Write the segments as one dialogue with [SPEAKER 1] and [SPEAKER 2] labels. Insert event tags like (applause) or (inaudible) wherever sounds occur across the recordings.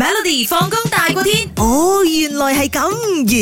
[SPEAKER 1] Melody 放工大過天，哦，原來係咁，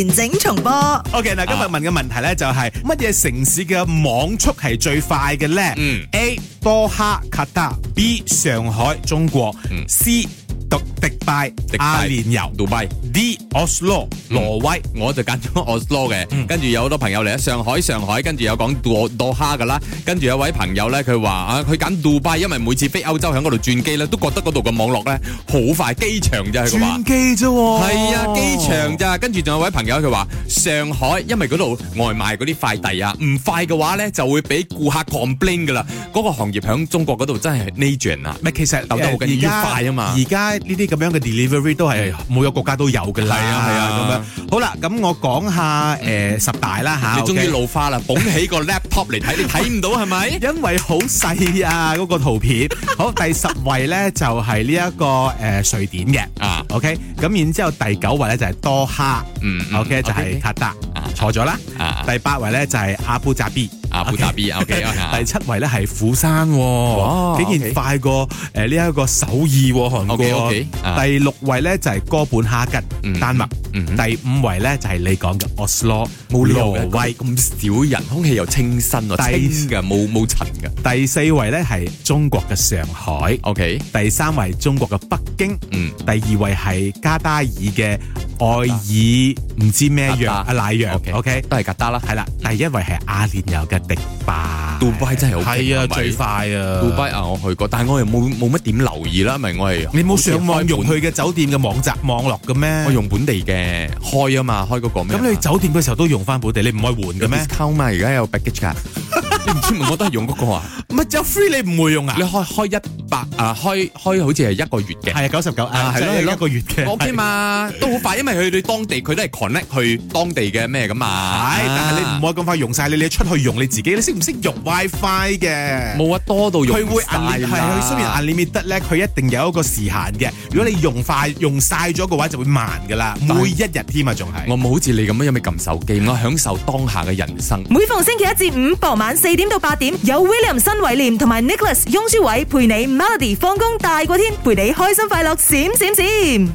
[SPEAKER 1] 完整重播。
[SPEAKER 2] OK，嗱，今日
[SPEAKER 3] 啊
[SPEAKER 2] 問嘅問題咧就係乜嘢城市嘅網速係最快嘅咧？
[SPEAKER 3] 嗯
[SPEAKER 2] A 多哈卡達，B 上海中國
[SPEAKER 3] 嗯
[SPEAKER 2] ，C 迪迪拜
[SPEAKER 3] 迪拜
[SPEAKER 2] 阿聯酋
[SPEAKER 3] 杜拜，嗯
[SPEAKER 2] ，D Oslo 挪威。
[SPEAKER 3] 我就揀咗 Oslo
[SPEAKER 2] 嗯
[SPEAKER 3] 嘅，跟住有好多朋友嚟啊，上海上海，跟住有講杜杜哈噶啦，跟住有位朋友咧，佢話啊，佢揀杜拜，因為每次飛歐洲喺嗰度轉機咧，都覺得嗰度嘅網絡咧好快，機場啫佢話
[SPEAKER 2] 轉。機啫喎，
[SPEAKER 3] 係啊，機場咋？跟住仲有位朋友佢話上海，因為嗰度外賣嗰啲快遞啊，唔快嘅話咧就會俾顧客 complain 噶啦。嗰、個行業喺中國嗰度真係 nation 啊！
[SPEAKER 2] 唔係，其實
[SPEAKER 3] 鬥得好緊
[SPEAKER 2] 呃而家
[SPEAKER 3] 要要快啊嘛
[SPEAKER 2] 而家呢啲咁樣嘅 delivery 都係每個國家都有㗎啦。
[SPEAKER 3] 係啊係啊
[SPEAKER 2] 咁樣。好啦，咁我講下誒十大啦嚇。
[SPEAKER 3] 你終於
[SPEAKER 2] 啊 OK？
[SPEAKER 3] 老花啦，捧起個 laptop 嚟睇，你睇唔到
[SPEAKER 2] (laughs)
[SPEAKER 3] 係咪？
[SPEAKER 2] 因為好細啊嗰個圖片。好，第十位咧就係呢一個誒瑞典嘅。
[SPEAKER 3] 啊，
[SPEAKER 2] OK，咁然之後第九位咧就係多哈。
[SPEAKER 3] 嗯嗯
[SPEAKER 2] OK 就
[SPEAKER 3] OK，OK
[SPEAKER 2] 係卡達
[SPEAKER 3] 啊，
[SPEAKER 2] 錯咗啦。
[SPEAKER 3] 啊
[SPEAKER 2] 第八位咧就係阿布扎比。 (laughs)
[SPEAKER 3] 啊，布達比 OK 啊
[SPEAKER 2] 第。七位咧係釜山
[SPEAKER 3] 哇
[SPEAKER 2] 喎，竟然
[SPEAKER 3] OK
[SPEAKER 2] 快過誒呢一個首爾喎，韓國。
[SPEAKER 3] OK，OK，啊
[SPEAKER 2] 第六位咧就係哥本哈
[SPEAKER 3] 嗯
[SPEAKER 2] 根，丹麥。
[SPEAKER 3] 嗯哼
[SPEAKER 2] 第五位咧就係你講嘅 Oslo，
[SPEAKER 3] 冇理
[SPEAKER 2] 挪
[SPEAKER 3] 由嘅
[SPEAKER 2] 威。
[SPEAKER 3] 咁少人，空氣又清新啊，
[SPEAKER 2] 第
[SPEAKER 3] 清嘅冇冇塵嘅。
[SPEAKER 2] 第四位咧係中國嘅上海，
[SPEAKER 3] OK，
[SPEAKER 2] 第三位中國嘅北京，
[SPEAKER 3] 嗯，
[SPEAKER 2] 第二位係加达爾嘅愛爾唔知咩
[SPEAKER 3] 吉
[SPEAKER 2] 羊啊
[SPEAKER 3] 打
[SPEAKER 2] 奶羊。OK，
[SPEAKER 3] 都係格得啦。
[SPEAKER 2] (laughs) 係啦，第一位係阿聯酋嘅迪拜。
[SPEAKER 3] 杜拜真係好勁
[SPEAKER 2] 係啊，
[SPEAKER 3] 係咪
[SPEAKER 2] 最快啊！
[SPEAKER 3] 杜拜啊，我去過，但係我又冇冇乜點留意啦，咪我係
[SPEAKER 2] (laughs) 你冇
[SPEAKER 3] 好似
[SPEAKER 2] 上網
[SPEAKER 3] 開
[SPEAKER 2] 用
[SPEAKER 3] 本
[SPEAKER 2] 佢嘅酒店嘅網站網絡嘅咩？
[SPEAKER 3] 我。用本地嘅開啊嘛，開嗰個咩啊嘛？
[SPEAKER 2] 咁你酒店嘅時候都用翻本地，你唔可以換嘅
[SPEAKER 3] 有
[SPEAKER 2] 咩？
[SPEAKER 3] discount 嘛？而家有
[SPEAKER 2] (laughs)
[SPEAKER 3] package 噶，你唔知咪我都係用嗰個啊！
[SPEAKER 2] 唔係有 free 你唔會用啊
[SPEAKER 3] 你？開開一百啊，開開好似係一個月嘅。
[SPEAKER 2] 係啊，九十九
[SPEAKER 3] 啊
[SPEAKER 2] 啊，係
[SPEAKER 3] 係咯
[SPEAKER 2] 一個月嘅。
[SPEAKER 3] O K 嘛，都好快，因為佢哋當地佢都係 connect 去當地嘅咩噶
[SPEAKER 2] 係？
[SPEAKER 3] 嘛。
[SPEAKER 2] 係，但係你唔
[SPEAKER 3] 啊
[SPEAKER 2] 可以咁快用晒你，你出去用你自己，你識唔識用 WiFi 嘅？
[SPEAKER 3] 冇啊，多到用
[SPEAKER 2] 佢會
[SPEAKER 3] 唔晒
[SPEAKER 2] unlimited，係
[SPEAKER 3] 啦
[SPEAKER 2] 佢雖然 unlimited 咧，佢一定有一個時限嘅。如果你用快用晒咗嘅話，就會慢㗎啦。
[SPEAKER 3] 但係
[SPEAKER 2] 每一日添啊，仲係。
[SPEAKER 3] 我冇好似你咁樣有咩撳手機，我享受當下嘅人生。
[SPEAKER 1] (laughs) 每逢星期一至五傍晚四點到八點，有 William 新偉廉同埋 Nicholas 雍舒偉陪你 Melody 放工大過天，陪你開心快樂閃閃閃。